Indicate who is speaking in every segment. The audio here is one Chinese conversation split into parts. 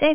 Speaker 1: 在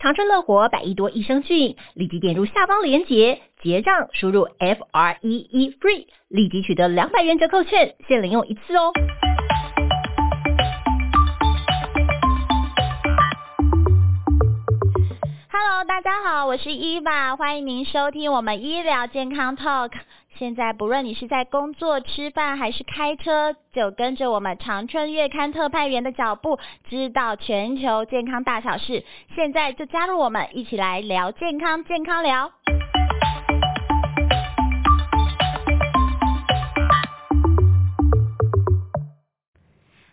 Speaker 1: 长春乐活百亿多益生菌，立即点入下方链接结账，输入 F R E E FREE，立即取得两百元折扣券，限领用一次哦。
Speaker 2: Hello，大家好，我是伊娃，欢迎您收听我们医疗健康 Talk。现在不论你是在工作、吃饭还是开车，就跟着我们长春月刊特派员的脚步，知道全球健康大小事。现在就加入我们，一起来聊健康，健康聊。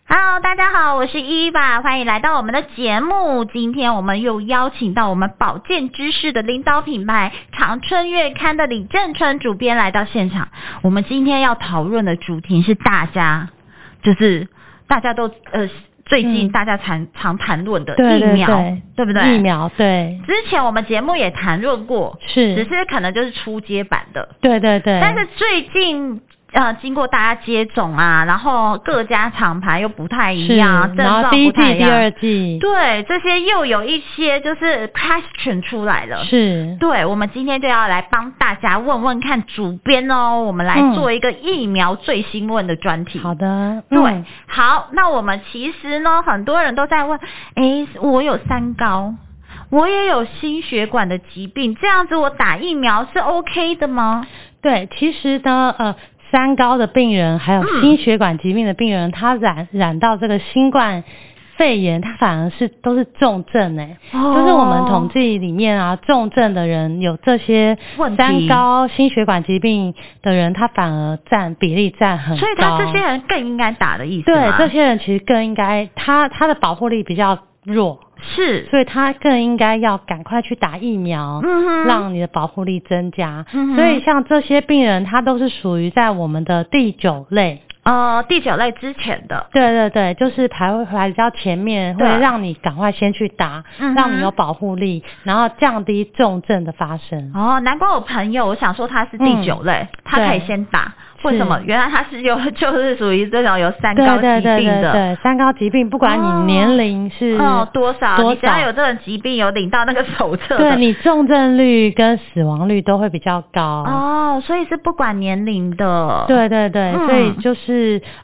Speaker 2: Hello，大家好，我是伊娃，欢迎来到我们的节目。今天我们又邀请到我们保健知识的领导品牌《长春月刊》的李正春主编来到现场。我们今天要讨论的主题是大家，就是大家都呃最近
Speaker 3: 嗯
Speaker 2: 大家常、常谈论的
Speaker 3: 对
Speaker 2: 疫
Speaker 3: 对
Speaker 2: 苗，
Speaker 3: 对
Speaker 2: 不对？
Speaker 3: 疫。苗对，
Speaker 2: 之前我们节目也谈论过，只
Speaker 3: 是，
Speaker 2: 是可能就是初阶版的，
Speaker 3: 对对对。
Speaker 2: 但是最近呃，经过大家接种啊，然后各家厂牌又不太一
Speaker 3: 是，
Speaker 2: 样，症
Speaker 3: 然后
Speaker 2: 状
Speaker 3: 第一
Speaker 2: 不太
Speaker 3: 季、
Speaker 2: 一
Speaker 3: 第
Speaker 2: 样
Speaker 3: 二，季
Speaker 2: 对，这些又有一些就是 question 出来了。
Speaker 3: 是，
Speaker 2: 对，我们今天就要来帮大家问问看主编哦，我们来
Speaker 3: 嗯
Speaker 2: 做一个疫苗最新问的专题。
Speaker 3: 好的，
Speaker 2: 对，
Speaker 3: 嗯
Speaker 2: 好，那我们其实呢，很多人都在问，诶，我有三高，我也有心血管的疾病，这样子我打疫苗是 OK 的吗？
Speaker 3: 对，其实呢，呃。三高的病人，还有
Speaker 2: 嗯
Speaker 3: 心血管疾病的病人，他染染到这个新冠肺炎，他反而是都是重症哎、
Speaker 2: 哦
Speaker 3: 就是我们统计里面啊，重症的人有这些
Speaker 2: 问题
Speaker 3: 三高、心血管疾病的人，他反而占比例占很高。
Speaker 2: 所以他这些人更应该打的意思
Speaker 3: 对
Speaker 2: 吗
Speaker 3: 这些人其实更应该，他他的保护力比较弱，
Speaker 2: 是，
Speaker 3: 所以他更应该要赶快去打疫苗，
Speaker 2: 嗯哼，
Speaker 3: 让你的保护力增加。
Speaker 2: 嗯哼
Speaker 3: 所以像这些病人，他都是属于在我们的第九类。
Speaker 2: 呃第九类之前的，
Speaker 3: 对对对，就是排位排比较前面，会
Speaker 2: 对
Speaker 3: 让你赶快先去打，
Speaker 2: 嗯哼
Speaker 3: 让你有保护力，然后降低重症的发生。
Speaker 2: 哦，难怪我朋友，我想说他是第九
Speaker 3: 嗯
Speaker 2: 类，他可以先打，
Speaker 3: 是
Speaker 2: 为什么？原来他是有 就是属于这种有三
Speaker 3: 对
Speaker 2: 高
Speaker 3: 对
Speaker 2: 疾
Speaker 3: 对
Speaker 2: 病
Speaker 3: 对
Speaker 2: 的。
Speaker 3: 对，三高疾病，不管
Speaker 2: 哦
Speaker 3: 你年龄是、
Speaker 2: 哦，多少？
Speaker 3: 多
Speaker 2: 你只要
Speaker 3: 少
Speaker 2: 有这种疾病，有领到那个手册的
Speaker 3: 对你重症率跟死亡率都会比较高。
Speaker 2: 哦，所以是不管年龄的。，
Speaker 3: 对对对，
Speaker 2: 嗯
Speaker 3: 所以就是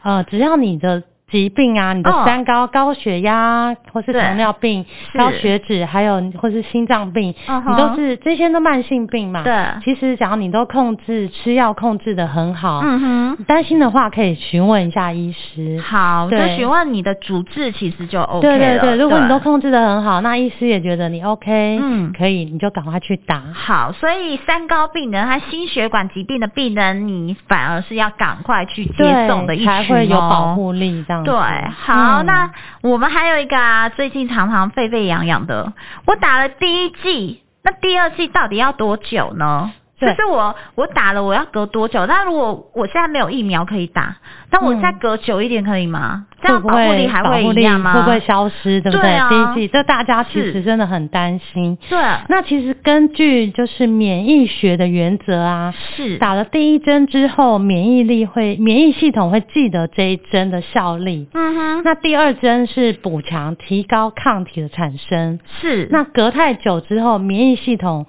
Speaker 3: 呃，只要你的疾病啊，你的
Speaker 2: 哦
Speaker 3: 三高、高血压或是
Speaker 2: 对
Speaker 3: 糖尿病、
Speaker 2: 是
Speaker 3: 高血脂，还有或是心脏病，
Speaker 2: 嗯哼
Speaker 3: 你都是嗯这些都慢性病嘛。
Speaker 2: 对
Speaker 3: 其实只要你都控制，吃药控制的很好。
Speaker 2: 嗯
Speaker 3: 担心的话可以询问一下医师
Speaker 2: 哼，。好，就
Speaker 3: 对
Speaker 2: 询问你的主治其实就 OK
Speaker 3: 对
Speaker 2: 了。
Speaker 3: 对对，如果你都控制的很好，那医师也觉得你 OK，
Speaker 2: 嗯
Speaker 3: 可以，你就赶快去打。
Speaker 2: 好，所以三高病人和心血管疾病的病人，你反而是要赶快去接种的一
Speaker 3: 对，
Speaker 2: 群、哦、
Speaker 3: 才会有保。护力这样子。
Speaker 2: 对，好，
Speaker 3: 嗯
Speaker 2: 那我们还有一个啊，最近常常沸沸扬扬的，我打了第一剂，那第二剂到底要多久呢？就
Speaker 3: 对
Speaker 2: 是我我打了，我要隔多久？那如果我现在没有疫苗可以打，那我再隔久一点可以吗？这
Speaker 3: 会
Speaker 2: 样
Speaker 3: 不
Speaker 2: 保护力
Speaker 3: 会
Speaker 2: 还
Speaker 3: 保护
Speaker 2: 一
Speaker 3: 力
Speaker 2: 样吗？
Speaker 3: 会不会消失？对不
Speaker 2: 对啊
Speaker 3: 第一季这大家其
Speaker 2: 是
Speaker 3: 实真的很担心。
Speaker 2: 对，
Speaker 3: 那其实根据就是免疫学的原则啊，
Speaker 2: 是
Speaker 3: 打了第一针之后，免疫力会免疫系统会记得这一针的效力。
Speaker 2: 嗯哼，
Speaker 3: 那第二针是补强，提高抗体的产生。
Speaker 2: 是
Speaker 3: 那隔太久之后，免疫系统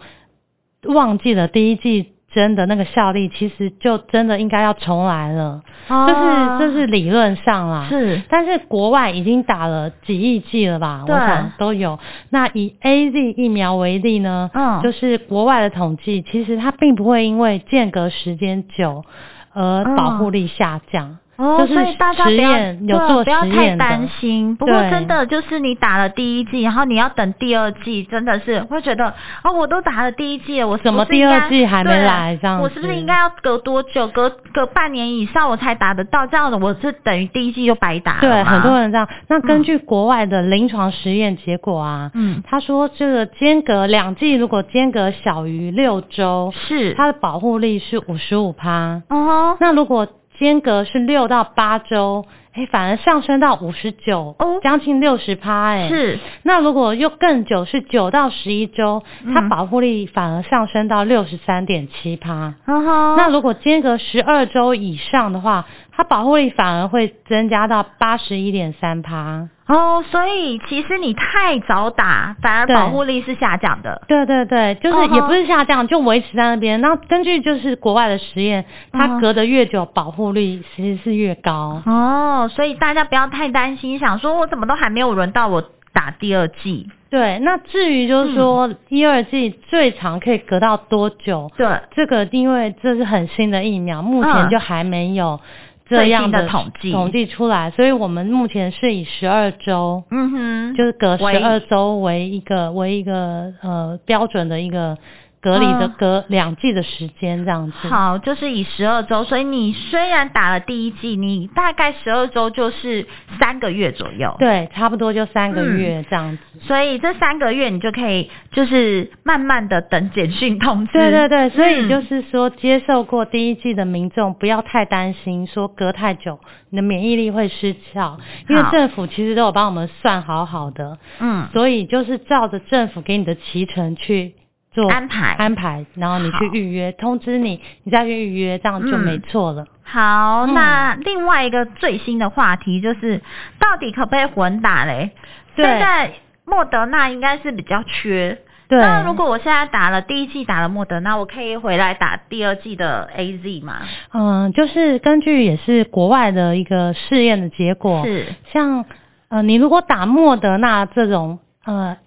Speaker 3: 忘记了第一剂针的那个效力，其实就真的应该要重来了。这
Speaker 2: 哦
Speaker 3: 是这是理论上啊啦，
Speaker 2: 是
Speaker 3: 但是国外已经打了几亿剂了吧？我
Speaker 2: 对
Speaker 3: 想都有。那以 A Z 疫苗为例呢，
Speaker 2: 嗯
Speaker 3: 就是国外的统计，其实它并不会因为间隔时间久
Speaker 2: 嗯
Speaker 3: 而保护力下降。
Speaker 2: 哦，
Speaker 3: 就是
Speaker 2: 所以大家不
Speaker 3: 实
Speaker 2: 要
Speaker 3: 验有
Speaker 2: 对
Speaker 3: 做
Speaker 2: 不要
Speaker 3: 实
Speaker 2: 太
Speaker 3: 验的
Speaker 2: 担心。不过
Speaker 3: 对
Speaker 2: 真的就是你打了第一剂，然后你要等第二剂，真的是会觉得哦，我都打了第一剂了，我是
Speaker 3: 怎么
Speaker 2: 不是应该
Speaker 3: 第二剂还没
Speaker 2: 对
Speaker 3: 来这样
Speaker 2: 我是不是
Speaker 3: 子
Speaker 2: 应该要隔多久？隔隔半年以上我才打得到，这样的我是等于第一剂就白打了
Speaker 3: 对，
Speaker 2: 吗
Speaker 3: 很多人这样。那根据国外的临床实验结果啊，
Speaker 2: 嗯
Speaker 3: 他说这个间隔两剂如果间隔小于六周，
Speaker 2: 是
Speaker 3: 它的保护力是五十五趴。
Speaker 2: 哦
Speaker 3: 那如果间隔是六到八周，哎，反而上升到五十九
Speaker 2: 哦，
Speaker 3: 将近六十趴，哎，
Speaker 2: 是
Speaker 3: 那如果又更久是九到十一周，它
Speaker 2: 嗯
Speaker 3: 保护力反而上升到六十三点七趴。
Speaker 2: 嗯哼，
Speaker 3: 那如果间隔十二周以上的话，它保护力反而会增加到八十一点三趴。
Speaker 2: 哦，所以其实你太早打，反而
Speaker 3: 对
Speaker 2: 保护力是下降的。
Speaker 3: 对对对，就是
Speaker 2: 嗯哼
Speaker 3: 也不是下降，就维持在那边。那根据就是国外的实验，
Speaker 2: 嗯
Speaker 3: 它
Speaker 2: 哼
Speaker 3: 隔得越久，保护率其实是越高。
Speaker 2: 哦，所以大家不要太担心，想说我怎么都还没有轮到我打第二剂。
Speaker 3: 对，那至于
Speaker 2: 嗯
Speaker 3: 就是说一二季最长可以隔到多久？
Speaker 2: 对，
Speaker 3: 这个因为这是很新的疫苗，目
Speaker 2: 嗯
Speaker 3: 前就还没有这
Speaker 2: 最新
Speaker 3: 样
Speaker 2: 的统计
Speaker 3: 统计出来，所以我们目前是以十二周，
Speaker 2: 嗯哼，
Speaker 3: 就是隔十
Speaker 2: 为
Speaker 3: 二周为一个为一个呃标准的一个隔离的
Speaker 2: 嗯
Speaker 3: 隔两季的时间这样子。
Speaker 2: 好，就是以十二周，所以你虽然打了第一剂，你大概十二周就是三个月左右。，
Speaker 3: 对，差不多就三
Speaker 2: 嗯
Speaker 3: 个月这样子。
Speaker 2: 所以这三个月你就可以就是慢慢的等简讯通知。
Speaker 3: 对对对，所以
Speaker 2: 嗯
Speaker 3: 就是说，接受过第一季的民众不要太担心，说隔太久你的免疫力会失效，因为
Speaker 2: 好
Speaker 3: 政府其实都有帮我们算好好的，
Speaker 2: 嗯，
Speaker 3: 所以就是照着政府给你的期程去做
Speaker 2: 安排
Speaker 3: 安排，然后你去
Speaker 2: 好
Speaker 3: 预约，通知你，你再去预约，这样就没错了。
Speaker 2: 好，
Speaker 3: 嗯
Speaker 2: 那另外一个最新的话题就是，到底可不可以混打嘞？
Speaker 3: 对
Speaker 2: 现在莫德纳应该是比较缺。
Speaker 3: 对，
Speaker 2: 那如果我现在打了第一季打了莫德纳，我可以回来打第二季的 A Z 吗？
Speaker 3: 嗯，就是根据也是国外的一个试验的结果，
Speaker 2: 是，
Speaker 3: 像呃，你如果打莫德纳这种呃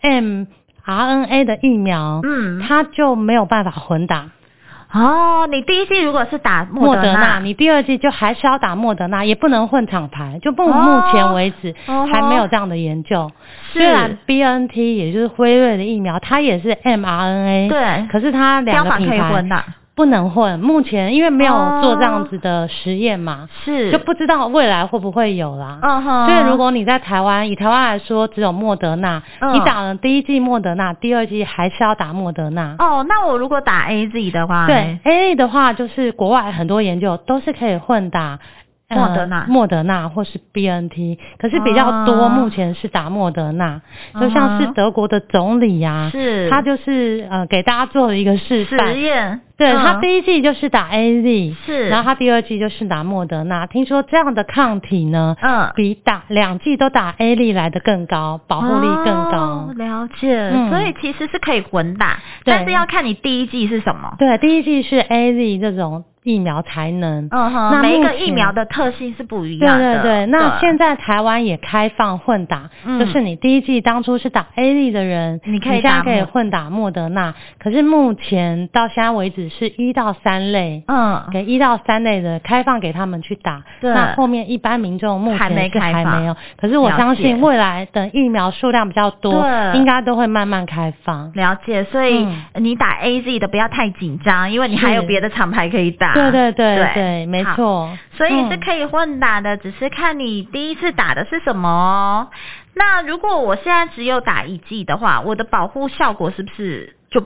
Speaker 3: mRNA 的疫苗，
Speaker 2: 嗯，
Speaker 3: 它就没有办法混打
Speaker 2: 哦，你第一季如果是打
Speaker 3: 莫
Speaker 2: 德
Speaker 3: 德纳，你第二季就还是要打莫德纳，也不能混厂牌，就目
Speaker 2: 哦
Speaker 3: 目前为止、
Speaker 2: 哦吼
Speaker 3: 还没有这样的研究。
Speaker 2: 是
Speaker 3: 虽然 B N T 也就是辉瑞的疫苗，它也是 m R N A，
Speaker 2: 对
Speaker 3: 可是它
Speaker 2: 标
Speaker 3: 两个
Speaker 2: 法可
Speaker 3: 品
Speaker 2: 以
Speaker 3: 牌
Speaker 2: 混打，
Speaker 3: 不能混，目前因为没有做这
Speaker 2: 哦
Speaker 3: 样子的实验嘛，
Speaker 2: 是，
Speaker 3: 就不知道未来会不会有啦。
Speaker 2: 嗯哼，
Speaker 3: 所以，如果你在台湾，以台湾来说，只有莫德纳，
Speaker 2: 嗯
Speaker 3: 你打了第一季莫德纳，第二季还是要打莫德纳。
Speaker 2: 哦，那我如果打 A Z 的话，
Speaker 3: 对，A A 的话，就是国外很多研究都是可以混打。
Speaker 2: 哎
Speaker 3: 呃
Speaker 2: 莫德纳
Speaker 3: 莫德纳或是 B N T，可是比较
Speaker 2: 哦
Speaker 3: 多，目前是打莫德纳，就像
Speaker 2: 嗯
Speaker 3: 是
Speaker 2: 哼
Speaker 3: 德国的总理呀、
Speaker 2: 啊是
Speaker 3: 嗯他就是呃给大家做了一个示
Speaker 2: 实
Speaker 3: 范，
Speaker 2: 验，
Speaker 3: 对、
Speaker 2: 嗯
Speaker 3: 他第一季就是打 A Z，
Speaker 2: 是
Speaker 3: 然后他第二季就是打莫德纳，听说这样的抗体呢，
Speaker 2: 嗯
Speaker 3: 比打两季都打 A 粒来的更高，保护力更高
Speaker 2: 哦。了解，
Speaker 3: 嗯
Speaker 2: 所以其实是可以混打，
Speaker 3: 对
Speaker 2: 但是要看你第一季是什么。
Speaker 3: 对，第一季是 A Z 这种疫苗才能。
Speaker 2: 嗯哼，
Speaker 3: 那
Speaker 2: 每一个
Speaker 3: 目前
Speaker 2: 疫苗的特性是不一
Speaker 3: 对
Speaker 2: 样
Speaker 3: 对
Speaker 2: 的。
Speaker 3: 对，那现在台湾也开放混打，
Speaker 2: 嗯
Speaker 3: 就是你第一季当初是打 A 粒的人，
Speaker 2: 你可以
Speaker 3: 现在
Speaker 2: 打
Speaker 3: 可以
Speaker 2: 莫
Speaker 3: 混打莫德纳，可是目前到现在为止是一到三类。
Speaker 2: 嗯，
Speaker 3: 给一到三类的开放给他们去打，
Speaker 2: 对
Speaker 3: 那后面一般民众目前
Speaker 2: 还没
Speaker 3: 是
Speaker 2: 开
Speaker 3: 还
Speaker 2: 放
Speaker 3: 没有，可是我
Speaker 2: 了
Speaker 3: 相
Speaker 2: 解
Speaker 3: 信未来等疫苗数量比较多
Speaker 2: 对，
Speaker 3: 应该都会慢慢开放。
Speaker 2: 了解，所以
Speaker 3: 嗯
Speaker 2: 你打 A Z 的不要太紧张，因为你还有
Speaker 3: 是
Speaker 2: 别的厂牌可以打。
Speaker 3: 对对对
Speaker 2: 对
Speaker 3: 对，没
Speaker 2: 好
Speaker 3: 错。
Speaker 2: 所以是
Speaker 3: 嗯
Speaker 2: 可以混打的，只是看你第一次打的是什么哦。那如果我现在只有打一剂的话，我的保护效果是不是就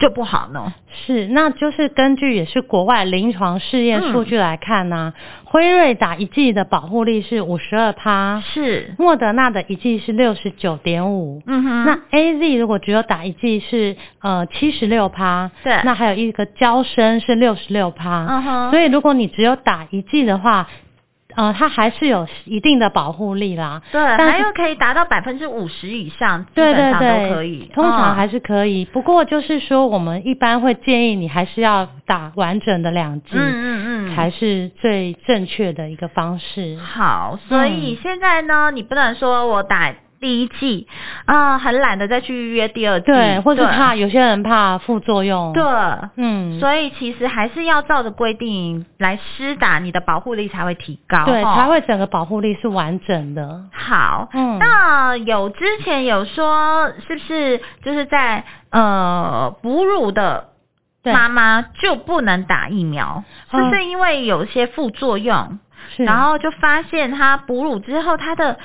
Speaker 2: 就不好呢？
Speaker 3: 是，那就是根据也是国外临床试验
Speaker 2: 嗯
Speaker 3: 数据来看呢、辉瑞打一剂的保护力是五十二趴，
Speaker 2: 是，
Speaker 3: 莫德纳的一剂是六十九点五。
Speaker 2: 嗯哼，
Speaker 3: 那 A Z 如果只有打一剂是呃七十六趴，
Speaker 2: 对
Speaker 3: 那还有一个胶身是六十六趴，
Speaker 2: 嗯哼，
Speaker 3: 所以如果你只有打一剂的话，呃，它还是有一定的保护力啦。
Speaker 2: 对，
Speaker 3: 但是
Speaker 2: 还有可以达到百分之五十以上，基
Speaker 3: 对
Speaker 2: 本
Speaker 3: 对
Speaker 2: 上
Speaker 3: 对，
Speaker 2: 都可以。
Speaker 3: 通常还
Speaker 2: 嗯、
Speaker 3: 是可以。不过就是说，我们一般会建议你还是要打完整的两剂，
Speaker 2: 嗯嗯嗯，
Speaker 3: 才是最正确的一个方式。
Speaker 2: 好。
Speaker 3: 嗯
Speaker 2: 所以现在呢，你不能说我打第一季啊、很懒得再去约第二季，
Speaker 3: 对，或是
Speaker 2: 嗯对
Speaker 3: 怕有些人怕副作用。
Speaker 2: 对。，
Speaker 3: 嗯，
Speaker 2: 所以其实还是要照着规定来施打，你的保护力才会提高，
Speaker 3: 对，
Speaker 2: 吼
Speaker 3: 才会整个保护力是完整的。
Speaker 2: 好。
Speaker 3: 嗯，
Speaker 2: 那有之前有说，是不是就是在呃哺乳的
Speaker 3: 对
Speaker 2: 妈妈就不能打疫苗，
Speaker 3: 嗯
Speaker 2: 就是因为有些副作用，
Speaker 3: 是，
Speaker 2: 然后就发现她哺乳之后，她的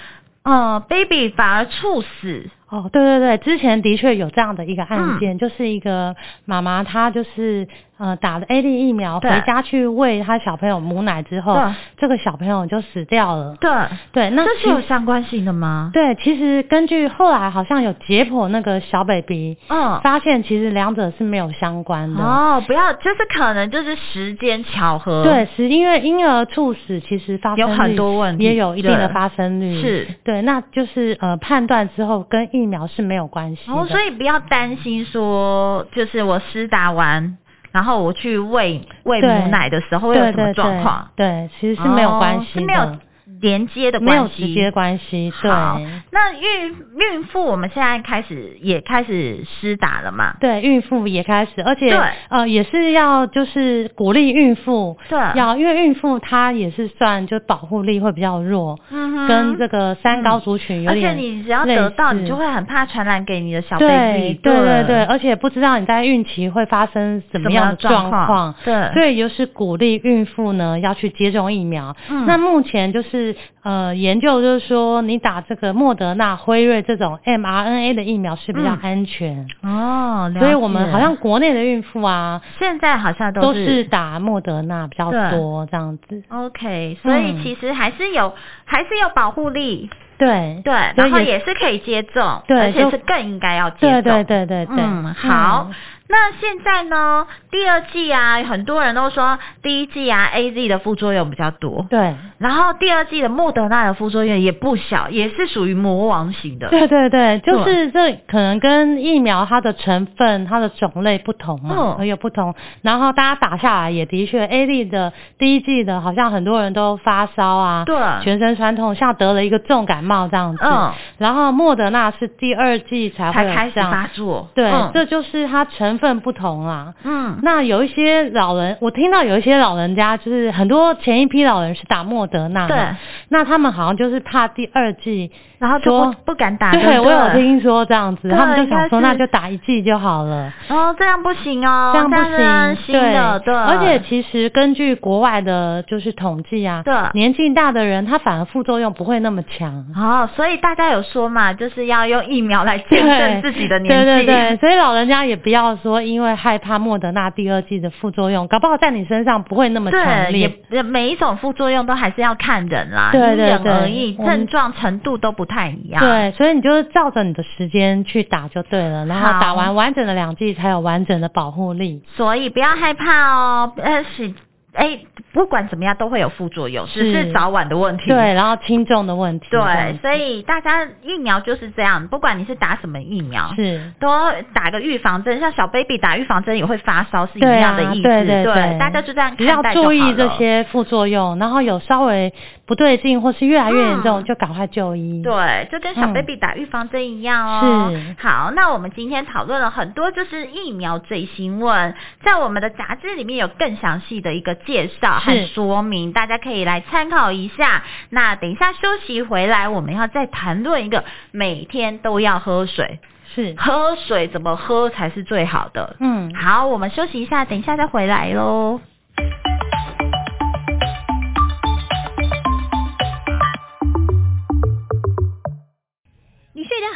Speaker 2: 呃 baby 反而猝死
Speaker 3: 哦，对对对，之前的确有这样的一个案
Speaker 2: 嗯
Speaker 3: 件，就是一个妈妈她就是呃打了 A D 疫苗，
Speaker 2: 对
Speaker 3: 回家去喂她小朋友母奶之后
Speaker 2: 对，
Speaker 3: 这个小朋友就死掉了。
Speaker 2: 对，
Speaker 3: 对，那
Speaker 2: 这
Speaker 3: 其
Speaker 2: 是有相关性的吗？
Speaker 3: 对，其实根据后来好像有解剖那个小 baby，
Speaker 2: 嗯，
Speaker 3: 发现其实两者是没有相关的。
Speaker 2: 哦，不要，就是可能就是时间巧合。
Speaker 3: 对，是因为婴儿猝死其实发生
Speaker 2: 有很
Speaker 3: 率
Speaker 2: 多问题
Speaker 3: 也有一定的
Speaker 2: 对
Speaker 3: 发生率。
Speaker 2: 是
Speaker 3: 对，那就是呃判断之后跟疫苗是没有关系的。
Speaker 2: 哦，所以不要担心说，就是我施打完，然后我去喂喂
Speaker 3: 对
Speaker 2: 母奶的时候会有
Speaker 3: 对
Speaker 2: 什么
Speaker 3: 对
Speaker 2: 状况？
Speaker 3: 对对，其实是没有关
Speaker 2: 哦
Speaker 3: 系的，
Speaker 2: 是没有连接的
Speaker 3: 没有
Speaker 2: 关系。
Speaker 3: 直接关系。对
Speaker 2: 好，那孕孕妇我们现在开始也开始施打了嘛？
Speaker 3: 对，孕妇也开始，而且
Speaker 2: 对
Speaker 3: 呃也是要就是鼓励孕妇。
Speaker 2: 对，
Speaker 3: 要，因为孕妇她也是算就保护力会比较弱，
Speaker 2: 嗯哼
Speaker 3: 跟这个三高族群有
Speaker 2: 而且
Speaker 3: 点
Speaker 2: 你只要得到，你
Speaker 3: 类似
Speaker 2: 就会很怕传染给你的小 baby
Speaker 3: 对。对对对，
Speaker 2: 对，
Speaker 3: 而且不知道你在孕期会发生怎么样的状况
Speaker 2: 况，？对，
Speaker 3: 所以就是鼓励孕妇呢要去接种疫苗。
Speaker 2: 嗯
Speaker 3: 那目前就是呃研究就是说，你打这个莫德纳、辉瑞这种 mRNA 的疫苗是比较
Speaker 2: 嗯
Speaker 3: 安全，
Speaker 2: 哦，了
Speaker 3: 所以我们
Speaker 2: 解
Speaker 3: 好像国内的孕妇啊
Speaker 2: 现在好像
Speaker 3: 都
Speaker 2: 都
Speaker 3: 是打莫德纳比较
Speaker 2: 对
Speaker 3: 多这样子。
Speaker 2: OK，所以
Speaker 3: 嗯
Speaker 2: 其实还是有、还是有保护力，
Speaker 3: 对
Speaker 2: 对，
Speaker 3: 所
Speaker 2: 然
Speaker 3: 以
Speaker 2: 后
Speaker 3: 也
Speaker 2: 也是可以接种，
Speaker 3: 对
Speaker 2: 而且
Speaker 3: 就是
Speaker 2: 更应该要接
Speaker 3: 对
Speaker 2: 种。
Speaker 3: 对对对对，
Speaker 2: 嗯，好
Speaker 3: 嗯。
Speaker 2: 那现在呢？第二季啊，很多人都说第一季啊，A Z 的副作用比较多，
Speaker 3: 对。
Speaker 2: 然后第二季的莫德纳的副作用也不小，也是属于魔王型的。
Speaker 3: 对对对，就
Speaker 2: 对
Speaker 3: 是这可能跟疫苗它的成分、它的种类不同嘛，
Speaker 2: 嗯
Speaker 3: 而有不同。然后大家打下来也的确，A 粒的第一季的，好像很多人都发烧啊，
Speaker 2: 对
Speaker 3: 全身酸痛，像得了一个重感冒这样子。
Speaker 2: 嗯，
Speaker 3: 然后莫德纳是第二季才会
Speaker 2: 才
Speaker 3: 有
Speaker 2: 开始
Speaker 3: 这样
Speaker 2: 发作。
Speaker 3: 对，
Speaker 2: 嗯
Speaker 3: 这就是它成分不同啦、
Speaker 2: 嗯，
Speaker 3: 那有一些老人，我听到有一些老人家，就是很多前一批老人是打莫德纳，
Speaker 2: 对，
Speaker 3: 那他们好像就是怕第二季
Speaker 2: 然后就
Speaker 3: 说
Speaker 2: 不不敢打。
Speaker 3: 对，
Speaker 2: 不
Speaker 3: 我有听说这样子，
Speaker 2: 对
Speaker 3: 他们就想说
Speaker 2: 应该
Speaker 3: 那
Speaker 2: 是
Speaker 3: 就打一剂就好了，
Speaker 2: 哦，这样不行哦，
Speaker 3: 这样不
Speaker 2: 是
Speaker 3: 行，
Speaker 2: 新的，对，
Speaker 3: 而且其实根据国外的就是统计啊，
Speaker 2: 对
Speaker 3: 年纪大的人他反而副作用不会那么强。
Speaker 2: 哦，所以大家有说嘛，就是要用疫苗来见证自己的年纪。
Speaker 3: 对对对，所以老人家也不要说因为害怕莫德纳第二季的副作用，搞不好在你身上不会那么强
Speaker 2: 对，
Speaker 3: 烈。
Speaker 2: 也也每一种副作用都还是要看人啦，
Speaker 3: 对
Speaker 2: 因
Speaker 3: 对
Speaker 2: 人
Speaker 3: 对
Speaker 2: 而异，
Speaker 3: 我们
Speaker 2: 症状程度都不太一样。，
Speaker 3: 对，所以你就是照着你的时间去打就对了，然
Speaker 2: 好
Speaker 3: 后打完完整的两剂才有完整的保护力。
Speaker 2: 所以不要害怕哦，呃是。哎，不管怎么样都会有副作用，只是
Speaker 3: 是
Speaker 2: 早晚的问题。
Speaker 3: 对，然后轻重的问题。这样
Speaker 2: 对
Speaker 3: 子，
Speaker 2: 所以大家疫苗就是这样，不管你是打什么疫苗，
Speaker 3: 是。
Speaker 2: 多打个预防针，像小 baby 打预防针也会发烧，是一
Speaker 3: 对
Speaker 2: 样
Speaker 3: 啊，
Speaker 2: 的意思。
Speaker 3: 对对对，
Speaker 2: 大家就这样
Speaker 3: 只
Speaker 2: 看
Speaker 3: 要
Speaker 2: 待就好
Speaker 3: 注
Speaker 2: 了。
Speaker 3: 意这些副作用，然后有稍微不对劲或是越来越严重，
Speaker 2: 嗯
Speaker 3: 就赶快就医。
Speaker 2: 对，就跟小
Speaker 3: 嗯
Speaker 2: baby 打预防针一样哦。
Speaker 3: 是
Speaker 2: 好，那我们今天讨论了很多，就是疫苗最新闻，在我们的杂志里面有更详细的一个介绍和
Speaker 3: 是
Speaker 2: 说明，大家可以来参考一下。那等一下休息回来，我们要再谈论一个每天都要喝水，
Speaker 3: 是，
Speaker 2: 喝水怎么喝才是最好的。
Speaker 3: 嗯，
Speaker 2: 好，我们休息一下，等一下再回来喽。
Speaker 4: 你睡得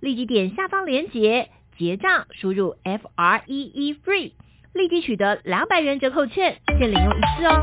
Speaker 4: 立即点下方链接结账，输入 F R E E FREE，立即取得两百元折扣券，限领用一次哦。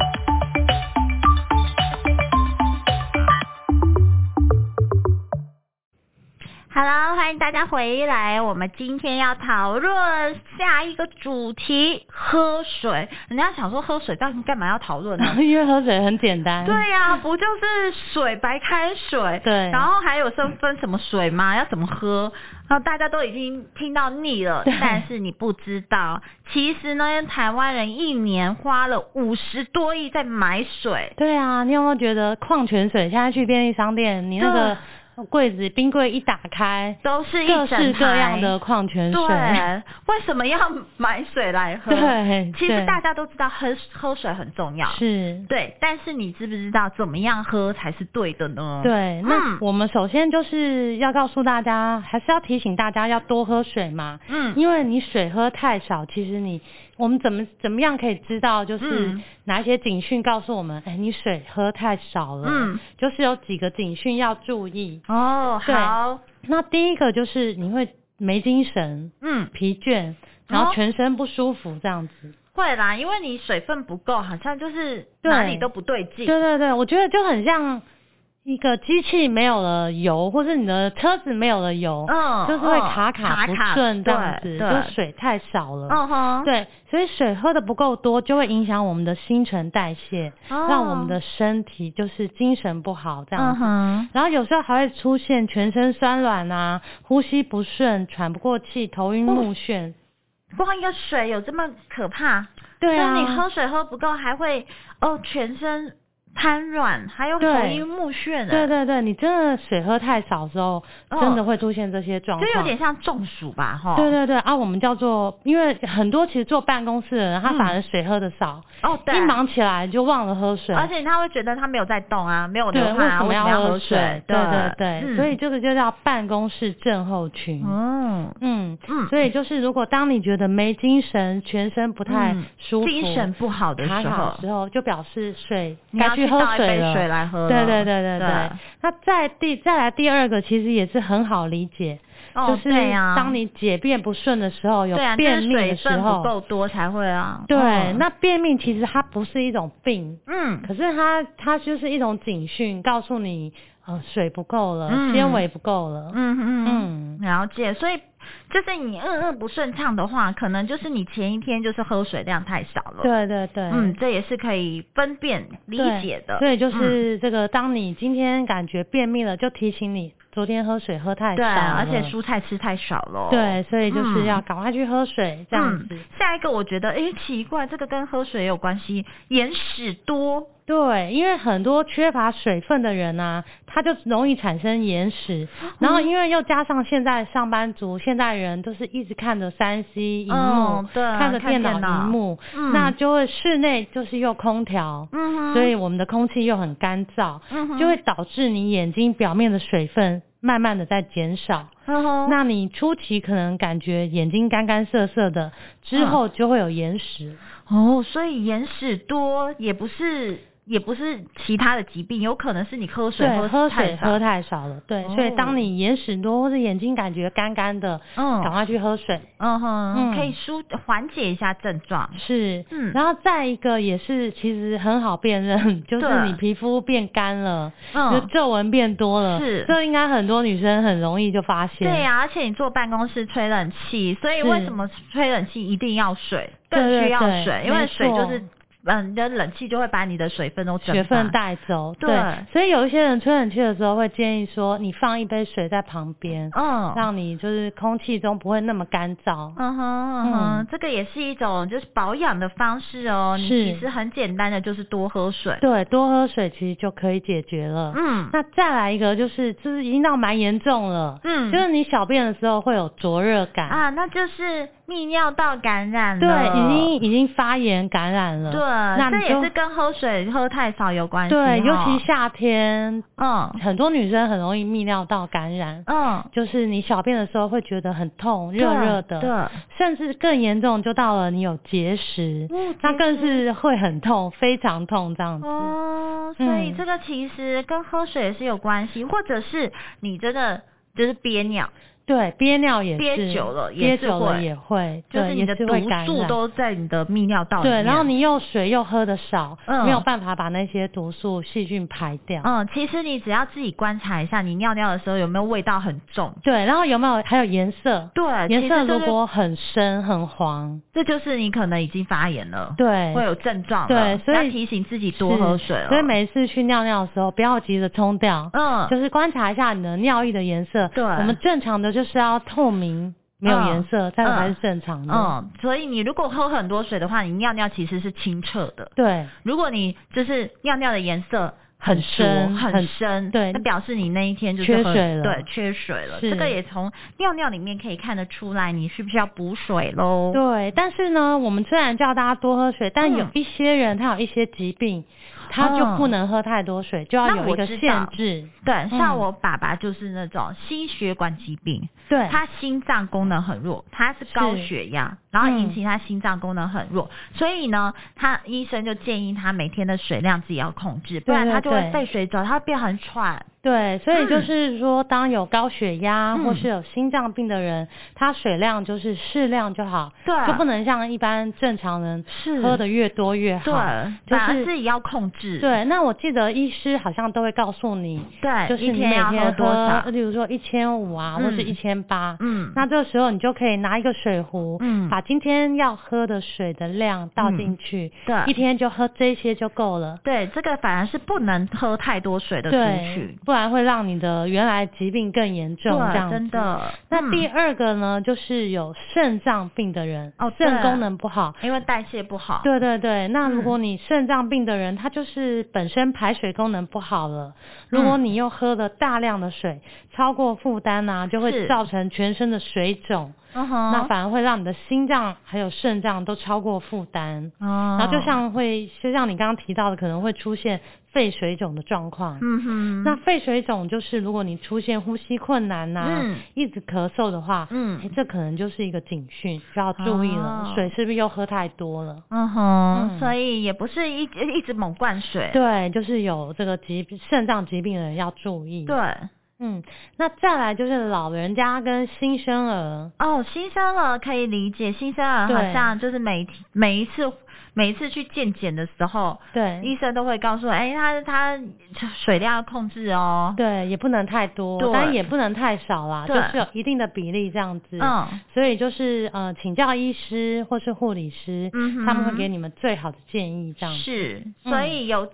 Speaker 2: Hello，欢迎大家回来。我们今天要讨论下一个主题——喝水。人家想说喝水，但你干嘛要讨论 呢？
Speaker 3: 因为喝水很简单。
Speaker 2: 对呀、不就是水白开水？
Speaker 3: 对
Speaker 2: 然后还有分分什么水吗？要怎么喝？然后大家都已经听到腻了，
Speaker 3: 对
Speaker 2: 但是你不知道，其实呢，台湾人一年花了五十多亿在买水。
Speaker 3: 对啊，你有没有觉得矿泉水现在去便利商店，你那
Speaker 2: 对
Speaker 3: 个柜子、冰柜一打开，
Speaker 2: 都是一
Speaker 3: 各
Speaker 2: 整
Speaker 3: 式各样的
Speaker 2: 排
Speaker 3: 矿泉水。
Speaker 2: 对，为什么要买水来喝？
Speaker 3: 对
Speaker 2: 其实
Speaker 3: 对
Speaker 2: 大家都知道喝喝水很重要，
Speaker 3: 是，
Speaker 2: 对，但是你知不知道怎么样喝才是对的呢？，
Speaker 3: 对。
Speaker 2: 嗯
Speaker 3: 那我们首先就是要告诉大家，还是要提醒大家要多喝水嘛。
Speaker 2: 嗯，
Speaker 3: 因为你水喝太少，其实你我们怎么怎么样可以知道，就是
Speaker 2: 嗯
Speaker 3: 哪一些警讯告诉我们，哎、你水喝太少了，
Speaker 2: 嗯
Speaker 3: 就是有几个警讯要注意。
Speaker 2: 哦，
Speaker 3: 对
Speaker 2: 好，
Speaker 3: 那第一个就是你会没精神、
Speaker 2: 嗯，
Speaker 3: 疲倦，然
Speaker 2: 哦
Speaker 3: 后全身不舒服这样子。
Speaker 2: 会啦，因为你水分不够，好像就是
Speaker 3: 对
Speaker 2: 哪里都不对劲。
Speaker 3: 对对对，我觉得就很像一个机器没有了油，或是你的车子没有了油，
Speaker 2: 嗯
Speaker 3: 就是会
Speaker 2: 嗯
Speaker 3: 卡卡不
Speaker 2: 卡
Speaker 3: 顺这样
Speaker 2: 对
Speaker 3: 子，
Speaker 2: 对
Speaker 3: 就水太少了。
Speaker 2: 嗯哼，
Speaker 3: 对，所以水喝的不够多，就会影响我们的新陈代谢，
Speaker 2: 哦
Speaker 3: 让我们的身体就是精神不好这样
Speaker 2: 嗯
Speaker 3: 子。
Speaker 2: 哼，
Speaker 3: 然后有时候还会出现全身酸软啊，呼吸不顺、喘不过气、头晕目眩。
Speaker 2: 光一个水有这么可怕？
Speaker 3: 对啊，
Speaker 2: 所以你喝水喝不够，还会哦全身瘫软，还有
Speaker 3: 对
Speaker 2: 头晕目眩，
Speaker 3: 对，对对，你真的水喝太少之后，真的会出现这些状
Speaker 2: 就
Speaker 3: 况。
Speaker 2: 哦有点像中暑吧，哈。
Speaker 3: 对对对啊，我们叫做，因为很多其实坐办公室的人，他
Speaker 2: 嗯
Speaker 3: 反而水喝的少，
Speaker 2: 哦对，
Speaker 3: 一忙起来就忘了喝水，
Speaker 2: 而且他会觉得他没有在动啊，没有
Speaker 3: 对
Speaker 2: 流
Speaker 3: 为
Speaker 2: 汗啊，
Speaker 3: 什么
Speaker 2: 为什么要
Speaker 3: 喝
Speaker 2: 水？
Speaker 3: 对对对，
Speaker 2: 嗯
Speaker 3: 所以这个就叫办公室症候群。
Speaker 2: 嗯
Speaker 3: 嗯，
Speaker 2: 嗯，
Speaker 3: 所以就是如果当你觉得没精神、全身不太
Speaker 2: 嗯
Speaker 3: 舒服、
Speaker 2: 精神不好的
Speaker 3: 卡
Speaker 2: 时
Speaker 3: 卡
Speaker 2: 候
Speaker 3: 的，时候，就表示水
Speaker 2: 你要
Speaker 3: 该
Speaker 2: 去
Speaker 3: 喝
Speaker 2: 倒一
Speaker 3: 水
Speaker 2: 杯
Speaker 3: 了。
Speaker 2: 水来喝了。
Speaker 3: 对对对对对
Speaker 2: 对，
Speaker 3: 那再第再来第二个，其实也是很好理解，
Speaker 2: 哦
Speaker 3: 就是
Speaker 2: 对呀，
Speaker 3: 当你解便不顺的时候，有
Speaker 2: 对啊，
Speaker 3: 便秘
Speaker 2: 就是水
Speaker 3: 的时
Speaker 2: 分不
Speaker 3: 候，
Speaker 2: 够多才会啊。
Speaker 3: 对，
Speaker 2: 嗯
Speaker 3: 那便秘其实它不是一种病，
Speaker 2: 嗯
Speaker 3: 可是它它就是一种警讯，告诉你呃水不够了
Speaker 2: 嗯，
Speaker 3: 纤维不够了。
Speaker 2: 嗯嗯嗯，
Speaker 3: 嗯，
Speaker 2: 了解。所以就是你嗯嗯不顺畅的话，可能就是你前一天就是喝水量太少了。，
Speaker 3: 对对对，
Speaker 2: 嗯，这也是可以分辨理
Speaker 3: 对
Speaker 2: 解的。嗯
Speaker 3: 所以就是这个，当你今天感觉便秘了，就提醒你昨天喝水喝太
Speaker 2: 嗯
Speaker 3: 少
Speaker 2: 对，
Speaker 3: 了
Speaker 2: 而且蔬菜吃太少了。
Speaker 3: 对，所以就是
Speaker 2: 嗯
Speaker 3: 要赶快去喝水，这样子。
Speaker 2: 嗯。下一个我觉得，诶，奇怪，这个跟喝水也有关系，眼屎多。
Speaker 3: 对，因为很多缺乏水分的人啊，他就容易产生眼屎，
Speaker 2: 哦
Speaker 3: 然后因为又加上现在上班族、现代人都是一直看着三 C 荧幕，
Speaker 2: 嗯对
Speaker 3: 看着
Speaker 2: 看
Speaker 3: 电
Speaker 2: 电
Speaker 3: 脑
Speaker 2: 脑
Speaker 3: 荧幕，
Speaker 2: 嗯
Speaker 3: 那就会室内就是又空调，
Speaker 2: 嗯哼
Speaker 3: 所以我们的空气又很干燥，
Speaker 2: 嗯哼
Speaker 3: 就会导致你眼睛表面的水分慢慢的在减少。
Speaker 2: 嗯哼
Speaker 3: 那你初期可能感觉眼睛干干涩涩的，之后
Speaker 2: 嗯
Speaker 3: 就会有眼屎。
Speaker 2: 哦，所以眼屎多也不是也不是其他的疾病，有可能是你喝水
Speaker 3: 对，喝
Speaker 2: 太
Speaker 3: 水
Speaker 2: 少嗯
Speaker 3: 喝太少了。对，所以
Speaker 2: 哦
Speaker 3: 当你眼屎多或者眼睛感觉干干的，
Speaker 2: 嗯
Speaker 3: 赶快去喝水。
Speaker 2: 嗯哼，
Speaker 3: 嗯
Speaker 2: 可以疏缓解一下症状。
Speaker 3: 是，
Speaker 2: 嗯
Speaker 3: 然后再一个也是，其实很好辨认， 就是
Speaker 2: 对
Speaker 3: 你皮肤变干了，
Speaker 2: 嗯
Speaker 3: 就皱纹变多了，
Speaker 2: 是
Speaker 3: 这应该很多女生很容易就发现。
Speaker 2: 对啊呀、而且你坐办公室吹冷气，所以
Speaker 3: 是
Speaker 2: 为什么吹冷气一定要水，
Speaker 3: 对
Speaker 2: 更需要水，
Speaker 3: 对对
Speaker 2: 因为
Speaker 3: 没
Speaker 2: 水就
Speaker 3: 错
Speaker 2: 是嗯，你的冷气就会把你的水分都蒸
Speaker 3: 学分
Speaker 2: 发
Speaker 3: 带走，
Speaker 2: 对
Speaker 3: 所以有一些人吹冷气的时候会建议说，你放一杯水在旁边，
Speaker 2: 嗯，
Speaker 3: 让你就是空气中不会那么干燥。
Speaker 2: 嗯哼嗯哼，这个也是一种就是保养的方式哦。你
Speaker 3: 是
Speaker 2: 其实很简单的，就是多喝水。
Speaker 3: 对，多喝水其实就可以解决了。
Speaker 2: 嗯
Speaker 3: 那再来一个就是，就是已经到蛮严重了，
Speaker 2: 嗯
Speaker 3: 就是你小便的时候会有灼热感，
Speaker 2: 啊，那就是泌尿道感染了。
Speaker 3: 对，已经已经发炎感染了，
Speaker 2: 对，
Speaker 3: 那
Speaker 2: 这
Speaker 3: 你
Speaker 2: 也
Speaker 3: 就是
Speaker 2: 跟喝水喝太少有关系哦。
Speaker 3: 对，尤其夏天，
Speaker 2: 嗯
Speaker 3: 很多女生很容易泌尿道感染，
Speaker 2: 嗯，
Speaker 3: 就是你小便的时候会觉得很痛，热
Speaker 2: 对
Speaker 3: 热的，
Speaker 2: 对，
Speaker 3: 甚至更严重，就到了你有结石，
Speaker 2: 哦
Speaker 3: 那
Speaker 2: 结
Speaker 3: 更是会很痛，非常痛这样子。
Speaker 2: 哦，所以
Speaker 3: 嗯
Speaker 2: 这个其实跟喝水也是有关系，或者是你真的就是憋尿，
Speaker 3: 对，憋尿也是，
Speaker 2: 憋久了也
Speaker 3: 憋
Speaker 2: 是
Speaker 3: 久
Speaker 2: 会
Speaker 3: 了也会，
Speaker 2: 就是
Speaker 3: 对
Speaker 2: 你的
Speaker 3: 也是
Speaker 2: 毒
Speaker 3: 会感
Speaker 2: 素
Speaker 3: 染。
Speaker 2: 都在你的泌尿道里
Speaker 3: 对，
Speaker 2: 面。
Speaker 3: 然后你又水又喝的少，
Speaker 2: 嗯
Speaker 3: 没有办法把那些毒素细菌排掉。
Speaker 2: 嗯，其实你只要自己观察一下，你尿尿的时候有没有味道很重。
Speaker 3: 对，然后有没有还有颜色？
Speaker 2: 对，其
Speaker 3: 颜
Speaker 2: 实
Speaker 3: 色
Speaker 2: 这
Speaker 3: 如
Speaker 2: 就
Speaker 3: 果很深很黄，
Speaker 2: 这就是你可能已经发炎了，
Speaker 3: 对，
Speaker 2: 会有症状了，
Speaker 3: 对所以
Speaker 2: 要提醒自己多
Speaker 3: 是
Speaker 2: 喝水了。
Speaker 3: 所以每次去尿尿的时候，不要急着冲掉，
Speaker 2: 嗯，
Speaker 3: 就是观察一下你的尿液的颜色。
Speaker 2: 对
Speaker 3: 我们正常的就是要透明，没有
Speaker 2: 嗯
Speaker 3: 颜色，这样才
Speaker 2: 嗯
Speaker 3: 是正常的。
Speaker 2: 嗯，所以你如果喝很多水的话，你尿尿其实是清澈的。
Speaker 3: 对
Speaker 2: 如果你就是尿尿的颜色很浊
Speaker 3: 深
Speaker 2: 很
Speaker 3: 很
Speaker 2: 深，
Speaker 3: 对
Speaker 2: 那表示你那一天就是
Speaker 3: 缺
Speaker 2: 喝
Speaker 3: 水了
Speaker 2: 对，缺水了。
Speaker 3: 是
Speaker 2: 这个也从尿尿里面可以看得出来，你是不是要补水喽？
Speaker 3: 对，但是呢，我们虽然叫大家多喝水，但有
Speaker 2: 嗯
Speaker 3: 一些人他有一些疾病，他就不能喝太多水，就要
Speaker 2: 那
Speaker 3: 有
Speaker 2: 我
Speaker 3: 一个
Speaker 2: 知道
Speaker 3: 限制。
Speaker 2: 对，像
Speaker 3: 嗯
Speaker 2: 我爸爸就是那种心血管疾病，
Speaker 3: 对，
Speaker 2: 他心脏功能很弱，他是高血压，然后引起他心脏功能很弱，
Speaker 3: 嗯
Speaker 2: 所以呢，他医生就建议他每天的水量自己要控制，不然
Speaker 3: 对
Speaker 2: 他就会
Speaker 3: 对
Speaker 2: 肺水肿，他会变很喘。
Speaker 3: 对，所以就
Speaker 2: 嗯
Speaker 3: 是说，当有高血压
Speaker 2: 嗯
Speaker 3: 或是有心脏病的人，他水量就是适量就好，
Speaker 2: 对
Speaker 3: 就不能像一般正常人
Speaker 2: 是
Speaker 3: 喝的越多越好。
Speaker 2: 对，
Speaker 3: 就
Speaker 2: 反而
Speaker 3: 是
Speaker 2: 自己要控制。
Speaker 3: 对，那我记得医师好像都会告诉你，
Speaker 2: 对，
Speaker 3: 就是
Speaker 2: 哎一
Speaker 3: 你每
Speaker 2: 天要喝
Speaker 3: 天
Speaker 2: 多少
Speaker 3: 喝，？例如说一千五啊，或是
Speaker 2: 嗯
Speaker 3: 一千八，
Speaker 2: 嗯，
Speaker 3: 那这个时候你就可以拿一个水壶，
Speaker 2: 嗯
Speaker 3: 把今天要喝的水的量倒进去，
Speaker 2: 嗯对
Speaker 3: 一天就喝这些就够了。
Speaker 2: 对这个反而是不能喝太多水的族
Speaker 3: 对
Speaker 2: 群。，
Speaker 3: 不然会让你的原来疾病更严重，这
Speaker 2: 对，
Speaker 3: 样
Speaker 2: 真
Speaker 3: 子。
Speaker 2: 的。
Speaker 3: 那第
Speaker 2: 嗯
Speaker 3: 二个呢，就是有肾脏病的人，
Speaker 2: 哦对
Speaker 3: 肾功能不好。
Speaker 2: 因为代谢不好，
Speaker 3: 对对对，那如
Speaker 2: 嗯
Speaker 3: 果你肾脏病的人，他就是本身排水功能不好了，如果
Speaker 2: 嗯
Speaker 3: 你又喝了大量的水，超过负担啊，就是会造成全身的水肿，
Speaker 2: 嗯哼，
Speaker 3: 那反而会让你的心脏还有肾脏都超过负担，
Speaker 2: 哦，
Speaker 3: 然后就像会就像你刚刚提到的，可能会出现肺水肿的状况。
Speaker 2: 嗯哼，
Speaker 3: 那肺水肿就是，如果你出现呼吸困难呐、
Speaker 2: 嗯
Speaker 3: 一直咳嗽的话，
Speaker 2: 嗯
Speaker 3: 诶这可能就是一个警讯，需要注意了，
Speaker 2: 哦
Speaker 3: 水是不是又喝太多了？
Speaker 2: 嗯哼，
Speaker 3: 嗯
Speaker 2: 所以也不是一直一直猛灌水，
Speaker 3: 对，就是有这个疾肾脏疾病的人要注意。
Speaker 2: 对，
Speaker 3: 嗯，那再来就是老人家跟新生儿，
Speaker 2: 哦，新生儿可以理解，新生儿好
Speaker 3: 对
Speaker 2: 像就是每每一次每一次去健检的时候，
Speaker 3: 对
Speaker 2: 医生都会告诉我，哎，他他水量要控制哦，
Speaker 3: 对，也不能太多
Speaker 2: 对，
Speaker 3: 但也不能太少啦，就
Speaker 2: 对
Speaker 3: 是有一定的比例这样子。
Speaker 2: 嗯
Speaker 3: 所以就是呃，请教医师或是护理师，
Speaker 2: 嗯哼
Speaker 3: 他们会给你们最好的建议，这样子。
Speaker 2: 是，
Speaker 3: 嗯
Speaker 2: 所以有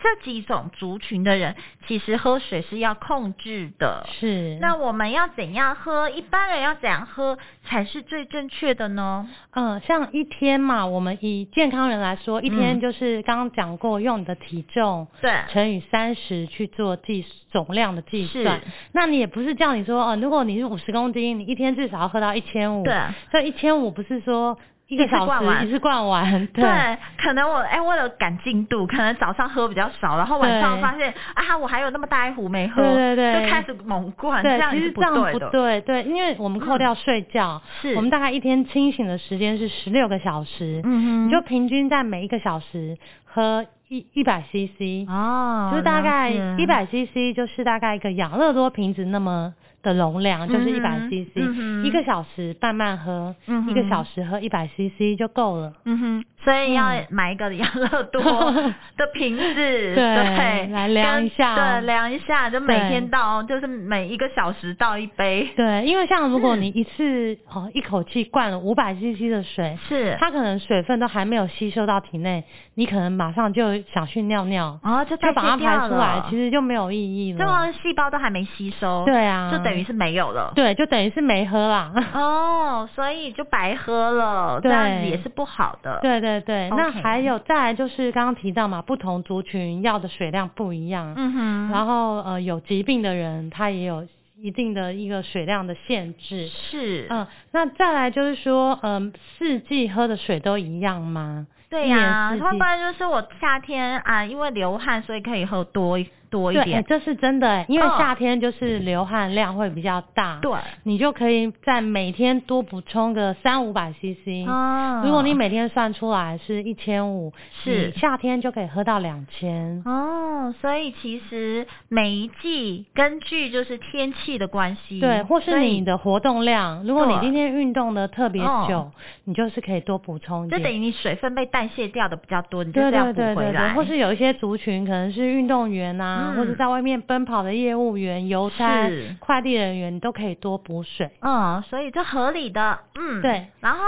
Speaker 2: 这几种族群的人，其实喝水是要控制的。
Speaker 3: 是，
Speaker 2: 那我们要怎样喝？一般人要怎样喝才是最正确的呢？
Speaker 3: 嗯，像一天嘛，我们以健康人来说，一
Speaker 2: 嗯
Speaker 3: 天就是刚刚讲过，用你的体重
Speaker 2: 对，
Speaker 3: 乘以三十去做计总量的计
Speaker 2: 是
Speaker 3: 算。那你也不是叫你说哦，如果你是五十公斤，你一天至少要喝到一千五。
Speaker 2: 对，
Speaker 3: 这一千五不是说一个
Speaker 2: 一次
Speaker 3: 小
Speaker 2: 灌完
Speaker 3: 时一次灌完， 对。
Speaker 2: 对，可能我哎，为了赶进度，可能早上喝比较少，然后晚上
Speaker 3: 对
Speaker 2: 发现啊，我还有那么大一壶没喝，
Speaker 3: 对对对
Speaker 2: 就开始猛灌，这
Speaker 3: 对，
Speaker 2: 样
Speaker 3: 其
Speaker 2: 也
Speaker 3: 实
Speaker 2: 是
Speaker 3: 这样
Speaker 2: 对
Speaker 3: 不
Speaker 2: 的。嗯
Speaker 3: 对，对，因为我们扣掉睡觉，
Speaker 2: 是
Speaker 3: 我们大概一天清醒的时间是十六个小时，
Speaker 2: 嗯哼
Speaker 3: 你就平均在每一个小时喝一一百 CC，
Speaker 2: 哦，
Speaker 3: 就是大概
Speaker 2: 了解
Speaker 3: 一百 CC，就是大概一个养乐多瓶子那么的容量，就是一百
Speaker 2: 嗯哼
Speaker 3: CC，、
Speaker 2: 嗯哼
Speaker 3: 一个小时慢慢喝，
Speaker 2: 嗯哼
Speaker 3: 一个小时喝一百 CC 就够了。
Speaker 2: 嗯哼，所以要买一个养乐多的瓶子，对，
Speaker 3: 来量
Speaker 2: 跟
Speaker 3: 一下
Speaker 2: 对，量一下，就每
Speaker 3: 对
Speaker 2: 天倒，就是每一个小时倒一杯，
Speaker 3: 对，因为像如果
Speaker 2: 嗯
Speaker 3: 你一次、哦一口气灌了五百 CC 的水，
Speaker 2: 是，
Speaker 3: 它可能水分都还没有吸收到体内，你可能马上就想去尿尿，
Speaker 2: 哦，就代
Speaker 3: 就
Speaker 2: 谢
Speaker 3: 把它
Speaker 2: 掉
Speaker 3: 排出来
Speaker 2: 了，
Speaker 3: 其实就没有意义
Speaker 2: 这
Speaker 3: 了。
Speaker 2: 个细胞都还没吸收，、
Speaker 3: 对啊，
Speaker 2: 就等于是没有了。
Speaker 3: 对，就等于是没 喝啦。
Speaker 2: 哦，所以就白喝了，这
Speaker 3: 对
Speaker 2: 样子也是不好的。，
Speaker 3: 对对对
Speaker 2: OK
Speaker 3: 那还有再来就是刚刚提到嘛，不同族群要的水量不一样，
Speaker 2: 嗯哼，
Speaker 3: 然后呃有疾病的人他也有一定的一个水量的限制。
Speaker 2: 是，
Speaker 3: 嗯，那再来就是说，嗯，四季喝的水都一样吗？
Speaker 2: 对
Speaker 3: 一年
Speaker 2: 呀、
Speaker 3: 四
Speaker 2: 会不
Speaker 3: 季
Speaker 2: 会就是我夏天啊，因为流汗，所以可以喝多一多一
Speaker 3: 对、哎
Speaker 2: 点？
Speaker 3: 这是真的、哎因为
Speaker 2: 嗯
Speaker 3: 夏天就是流汗量会比较大，
Speaker 2: 对，
Speaker 3: 你就可以在每天多补充个三五百 CC。
Speaker 2: 哦，
Speaker 3: 如果你每天算出来是一千五，
Speaker 2: 是
Speaker 3: 你夏天就可以喝到两千。
Speaker 2: 哦，所以其实每一季根据就是天气的关系，
Speaker 3: 对，或
Speaker 2: 嗯所
Speaker 3: 是
Speaker 2: 以
Speaker 3: 你的活动量，如果你
Speaker 2: 对
Speaker 3: 今天运动的特别
Speaker 2: 哦
Speaker 3: 久，你就是可以多补充一
Speaker 2: 就
Speaker 3: 点。
Speaker 2: 等于你水分被代谢掉的比较多，你就是
Speaker 3: 对
Speaker 2: 要
Speaker 3: 对
Speaker 2: 补
Speaker 3: 对
Speaker 2: 回
Speaker 3: 对
Speaker 2: 来，
Speaker 3: 对，或是有一些族群可能是运动员啊，啊，
Speaker 2: 嗯
Speaker 3: 或者在外面奔跑的业务员、邮差
Speaker 2: 是、
Speaker 3: 快递人员，你都可以多补水。
Speaker 2: 嗯，所以这合理的，嗯，
Speaker 3: 对。
Speaker 2: 然后，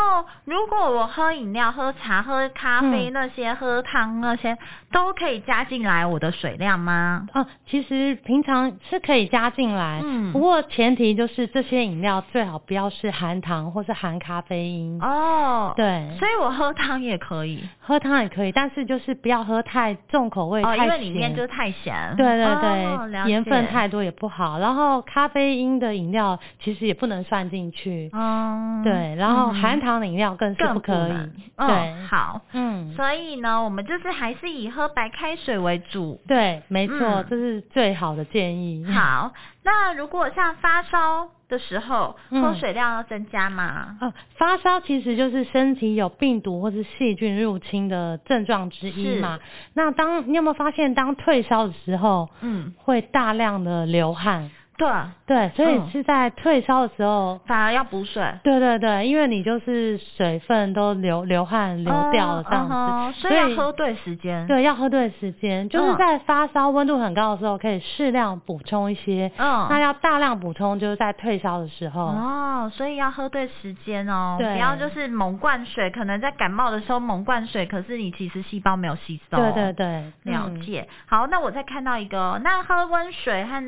Speaker 2: 如果我喝饮料、喝茶、喝咖啡
Speaker 3: 嗯
Speaker 2: 那些、喝汤那些，都可以加进来我的水量吗？
Speaker 3: 啊，其实平常是可以加进来，
Speaker 2: 嗯
Speaker 3: 不过前提就是这些饮料最好不要是含糖或是含咖啡因。
Speaker 2: 哦，，
Speaker 3: 对，
Speaker 2: 所以我喝汤也可以，
Speaker 3: 喝汤也可以，但是就是不要喝太重口味，
Speaker 2: 哦，
Speaker 3: 太
Speaker 2: 因为里面
Speaker 3: 咸
Speaker 2: 就是太咸，
Speaker 3: 对对
Speaker 2: 哦
Speaker 3: 对，
Speaker 2: 了
Speaker 3: 盐分
Speaker 2: 解
Speaker 3: 太多也不好。然后咖啡因的饮料其实也不能算进去，
Speaker 2: 嗯，
Speaker 3: 对。然后
Speaker 2: 嗯
Speaker 3: 含糖的饮料更是
Speaker 2: 更
Speaker 3: 不可以
Speaker 2: 能，
Speaker 3: 对
Speaker 2: 嗯，，好，
Speaker 3: 嗯，
Speaker 2: 所以呢，我们就是还是以喝白开水为主。
Speaker 3: 对，没错，
Speaker 2: 嗯哦
Speaker 3: 这是最好的建 议。
Speaker 2: 好，那如果像发烧的时候，
Speaker 3: 嗯
Speaker 2: 喝水量要增加吗？
Speaker 3: 啊，发烧其实就是身体有病毒或是细菌入侵的症状之一嘛。那当你有没有发现，当退烧的时候，
Speaker 2: 嗯，
Speaker 3: 会大量的流汗？
Speaker 2: 对，
Speaker 3: 对，所
Speaker 2: 嗯
Speaker 3: 以是在退烧的时候，
Speaker 2: 反而要补水。
Speaker 3: 对对对，因为你就是水分都流流汗流掉了这样子，
Speaker 2: 哦嗯嗯哼所以要喝对时间。，
Speaker 3: 对要喝对时间，就是
Speaker 2: 嗯
Speaker 3: 在发烧温度很高的时候可以适量补充一些，
Speaker 2: 嗯，
Speaker 3: 那要大量补充就是在退烧的时候，
Speaker 2: 哦，所以要喝对时间哦，不
Speaker 3: 对
Speaker 2: 要就是猛灌水，可能在感冒的时候猛灌水，可是你其实细胞没有吸收。
Speaker 3: 对对，对，
Speaker 2: 了
Speaker 3: 嗯
Speaker 2: 解。好，那我再看到一个哦，那喝温水和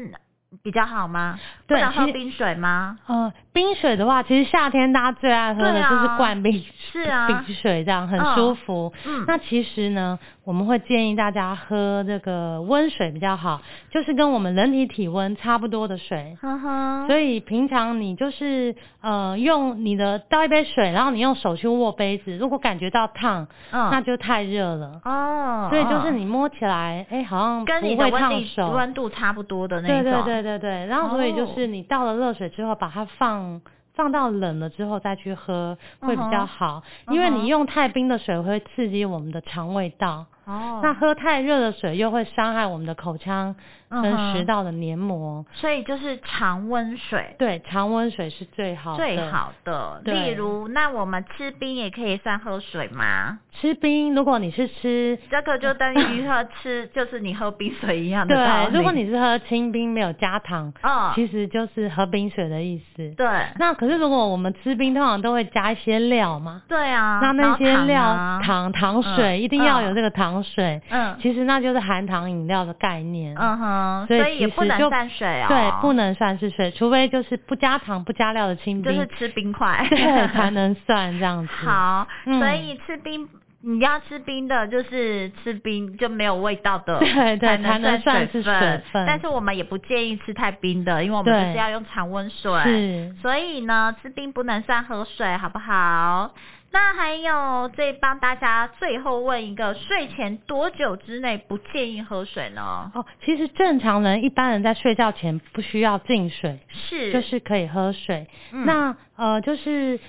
Speaker 2: 比较好吗？不
Speaker 3: 对
Speaker 2: 能喝
Speaker 3: 其实
Speaker 2: 冰水吗？
Speaker 3: 呃，冰水的话，其实夏天大家最爱喝的
Speaker 2: 对啊
Speaker 3: 就是灌冰，
Speaker 2: 是啊
Speaker 3: 冰水这样很
Speaker 2: 嗯
Speaker 3: 舒服。
Speaker 2: 嗯
Speaker 3: 那其实呢，我们会建议大家喝这个温水比较好，就是跟我们人体体温差不多的水。
Speaker 2: 呵呵，
Speaker 3: 所以平常你就是呃用你的倒一杯水，然后你用手去握杯子，如果感觉到烫，
Speaker 2: 嗯
Speaker 3: 那就太热了。
Speaker 2: 哦，
Speaker 3: 所以就是
Speaker 2: 嗯
Speaker 3: 你摸起来，哎、好像
Speaker 2: 跟你
Speaker 3: 不
Speaker 2: 的
Speaker 3: 会
Speaker 2: 温
Speaker 3: 烫
Speaker 2: 度
Speaker 3: 手。
Speaker 2: 温度差不多的那
Speaker 3: 对
Speaker 2: 一
Speaker 3: 对
Speaker 2: 种。
Speaker 3: 对对对，然后所以就
Speaker 2: 哦
Speaker 3: 是你倒了热水之后，把它放放到冷了之后再去喝会比较好，因为
Speaker 2: 嗯哼
Speaker 3: 你用太冰的水会刺激我们的肠胃道，
Speaker 2: 哦，
Speaker 3: 那喝太热的水又会伤害我们的口腔
Speaker 2: 嗯
Speaker 3: 跟
Speaker 2: 哼
Speaker 3: 食道的黏膜。
Speaker 2: 所以就是常温水。
Speaker 3: 对，常温水是最好的。
Speaker 2: 最好的，例
Speaker 3: 对
Speaker 2: 如，那我们吃冰也可以算喝水吗？
Speaker 3: 吃冰，如果你是吃。
Speaker 2: 这个就等于喝吃，就是你喝冰水一样的道
Speaker 3: 对，
Speaker 2: 理。
Speaker 3: 如果你是喝清冰没有加糖，
Speaker 2: 嗯，
Speaker 3: 其实就是喝冰水的意思。
Speaker 2: 对
Speaker 3: 那可是如果我们吃冰，通常都会加一些料嘛，
Speaker 2: 对啊，
Speaker 3: 那
Speaker 2: 然
Speaker 3: 那
Speaker 2: 后
Speaker 3: 些
Speaker 2: 糖
Speaker 3: 料
Speaker 2: 啊
Speaker 3: 糖糖水、
Speaker 2: 嗯
Speaker 3: 一定要有这个糖水，
Speaker 2: 嗯
Speaker 3: 其实那就是含糖饮料的概念。
Speaker 2: 嗯哼，
Speaker 3: 所以
Speaker 2: 也
Speaker 3: 其
Speaker 2: 不
Speaker 3: 实
Speaker 2: 能
Speaker 3: 就
Speaker 2: 蘸水哦，
Speaker 3: 对，不能算是水，除非就是不加糖不加料的清
Speaker 2: 就
Speaker 3: 冰，
Speaker 2: 是吃冰 块，
Speaker 3: 对才能算这样 子。
Speaker 2: 好，
Speaker 3: 嗯
Speaker 2: 所以吃冰。你要吃冰的，就是吃冰就没有味道的，
Speaker 3: 对对
Speaker 2: 才
Speaker 3: 才能
Speaker 2: 算
Speaker 3: 算是
Speaker 2: 分
Speaker 3: 水分
Speaker 2: 但是我们也不建议吃太冰的，因为我们
Speaker 3: 对
Speaker 2: 就是要用常温水。
Speaker 3: 是
Speaker 2: 所以呢，吃冰不能算喝水，好不好？那还有，再帮大家最后问一个，睡前多久之内不建议喝水呢？
Speaker 3: 哦，其实正常人一般人在睡觉前不需要进水，
Speaker 2: 是，
Speaker 3: 就是可以喝水。
Speaker 2: 嗯
Speaker 3: 那呃，就是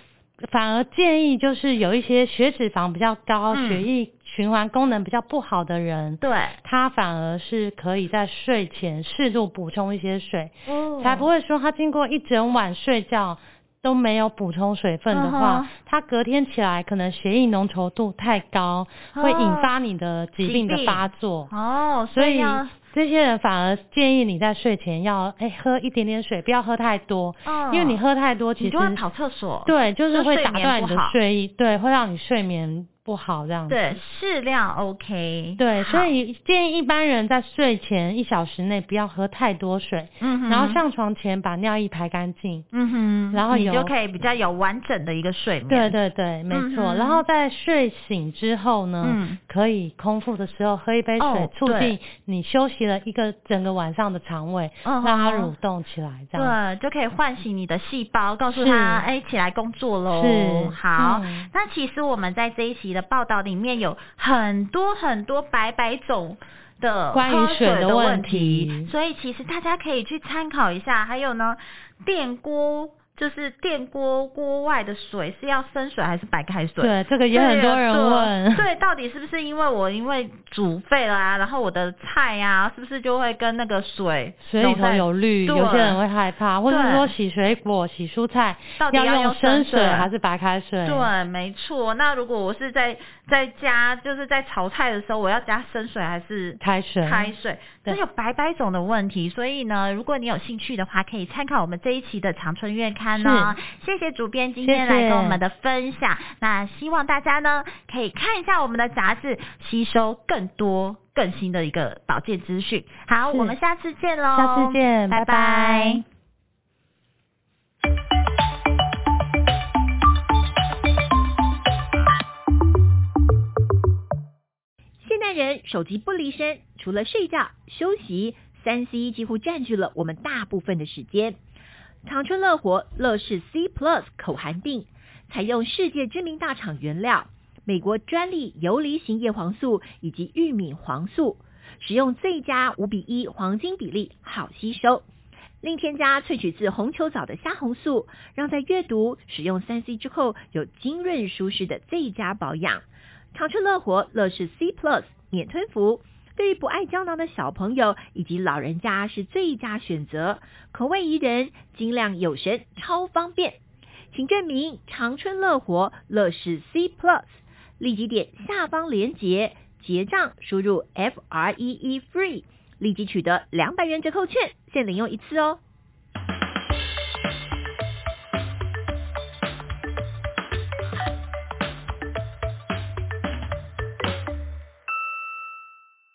Speaker 3: 反而建议就是有一些血脂肪比较高、
Speaker 2: 嗯
Speaker 3: 血液循环功能比较不好的人，
Speaker 2: 对，
Speaker 3: 他反而是可以在睡前适度补充一些水，
Speaker 2: 哦
Speaker 3: 才不会说他经过一整晚睡觉都没有补充水分的话，
Speaker 2: 嗯哼
Speaker 3: 他隔天起来可能血液浓稠度太高，
Speaker 2: 哦
Speaker 3: 会引发你的疾病
Speaker 2: 疾
Speaker 3: 的
Speaker 2: 病
Speaker 3: 发作。
Speaker 2: 哦，所
Speaker 3: 所
Speaker 2: 以
Speaker 3: 以
Speaker 2: 要
Speaker 3: 这些人反而建议你在睡前要哎、喝一点点水，不要喝太多，
Speaker 2: 嗯
Speaker 3: 因为你喝太多其
Speaker 2: 你
Speaker 3: 实
Speaker 2: 就会跑厕所，
Speaker 3: 对，就是
Speaker 2: 就
Speaker 3: 会
Speaker 2: 睡
Speaker 3: 打
Speaker 2: 眠
Speaker 3: 断
Speaker 2: 不
Speaker 3: 你的
Speaker 2: 好
Speaker 3: 睡意，对，会让你睡眠不好这样子。
Speaker 2: 对，适量 OK。
Speaker 3: 对，
Speaker 2: 好
Speaker 3: 所以建议一般人在睡前一小时内不要喝太多水，
Speaker 2: 嗯哼，
Speaker 3: 然后上床前把尿液排干净。
Speaker 2: 嗯哼，
Speaker 3: 然后
Speaker 2: 你就
Speaker 3: 有
Speaker 2: 可以比较有完整的一个睡
Speaker 5: 嗯
Speaker 2: 眠。
Speaker 3: 对对对，没错。
Speaker 2: 嗯哼
Speaker 3: 然后在睡醒之后呢，
Speaker 2: 嗯
Speaker 3: 可以空腹的时候喝一杯水，
Speaker 2: 哦
Speaker 3: 促
Speaker 2: 对
Speaker 3: 进你休息了一个整个晚上的肠胃，
Speaker 2: 嗯
Speaker 5: 哦
Speaker 2: 哼
Speaker 3: 让它蠕动起来，这
Speaker 5: 啊
Speaker 3: 样。
Speaker 2: 对，就可以唤醒你的细胞，告诉
Speaker 3: 是
Speaker 2: 他，哎，起来工作喽。
Speaker 3: 是
Speaker 2: 好、
Speaker 3: 嗯
Speaker 2: 那其实我们在这一期的报道里面有很多很多百百种。的
Speaker 3: 关于
Speaker 2: 喝
Speaker 3: 水的
Speaker 2: 的
Speaker 3: 问
Speaker 2: 题
Speaker 3: 题
Speaker 2: 所以其实大家可以去参考一下。还有呢，电锅
Speaker 5: 就是电锅锅外的水是要生水还是白开水？
Speaker 3: 对，这个也很多人问。
Speaker 5: 对，啊到底是不是因为我因为煮沸了啊，然后我的菜呀、啊，是不是就会跟那个水
Speaker 3: 水里头有氯，
Speaker 5: 对
Speaker 3: 有些人会害怕，或者是
Speaker 5: 对
Speaker 3: 说洗水果、洗蔬菜
Speaker 5: 到底要
Speaker 3: 用
Speaker 5: 用生
Speaker 3: 生水
Speaker 5: 水
Speaker 3: 还是白开水？
Speaker 5: 对，没错。那如果我是在在加，就是在炒菜的时候，我要加生水还是
Speaker 3: 开水。
Speaker 5: 开水？这
Speaker 3: 对
Speaker 5: 有百百种的问题。所以呢，如果你有兴趣的话，可以参考我们这一期的长春月刊哦。谢谢主编今天
Speaker 3: 谢谢
Speaker 5: 来跟我们的分享。那希望大家呢可以看一下我们的杂志，吸收更多更新的一个保健资讯。好，
Speaker 3: 是
Speaker 5: 我们下次见喽！
Speaker 3: 下次见
Speaker 5: 拜
Speaker 3: 拜拜
Speaker 2: 现代人手机不离身，除了睡觉、休息，三 C 几乎占据了我们大部分的时间。长春乐活乐视 C Plus 口含定，采用世界知名大厂原料、美国专利游离型叶黄素以及玉米黄素，使用最佳五比一黄金比例，好吸收。另添加萃取自红球藻的虾红素，让在阅读、使用三 C 之后有晶润舒适的最佳保养。长春乐活乐视 C Plus 免吞服，对于不爱胶囊的小朋友以及老人家是最佳选择，口味宜人，精量有神，超方便。请证明长春乐活乐视 C Plus，立即点下方链接结账，输入 F R E E FREE，立即取得两百元折扣券，限领用一次哦。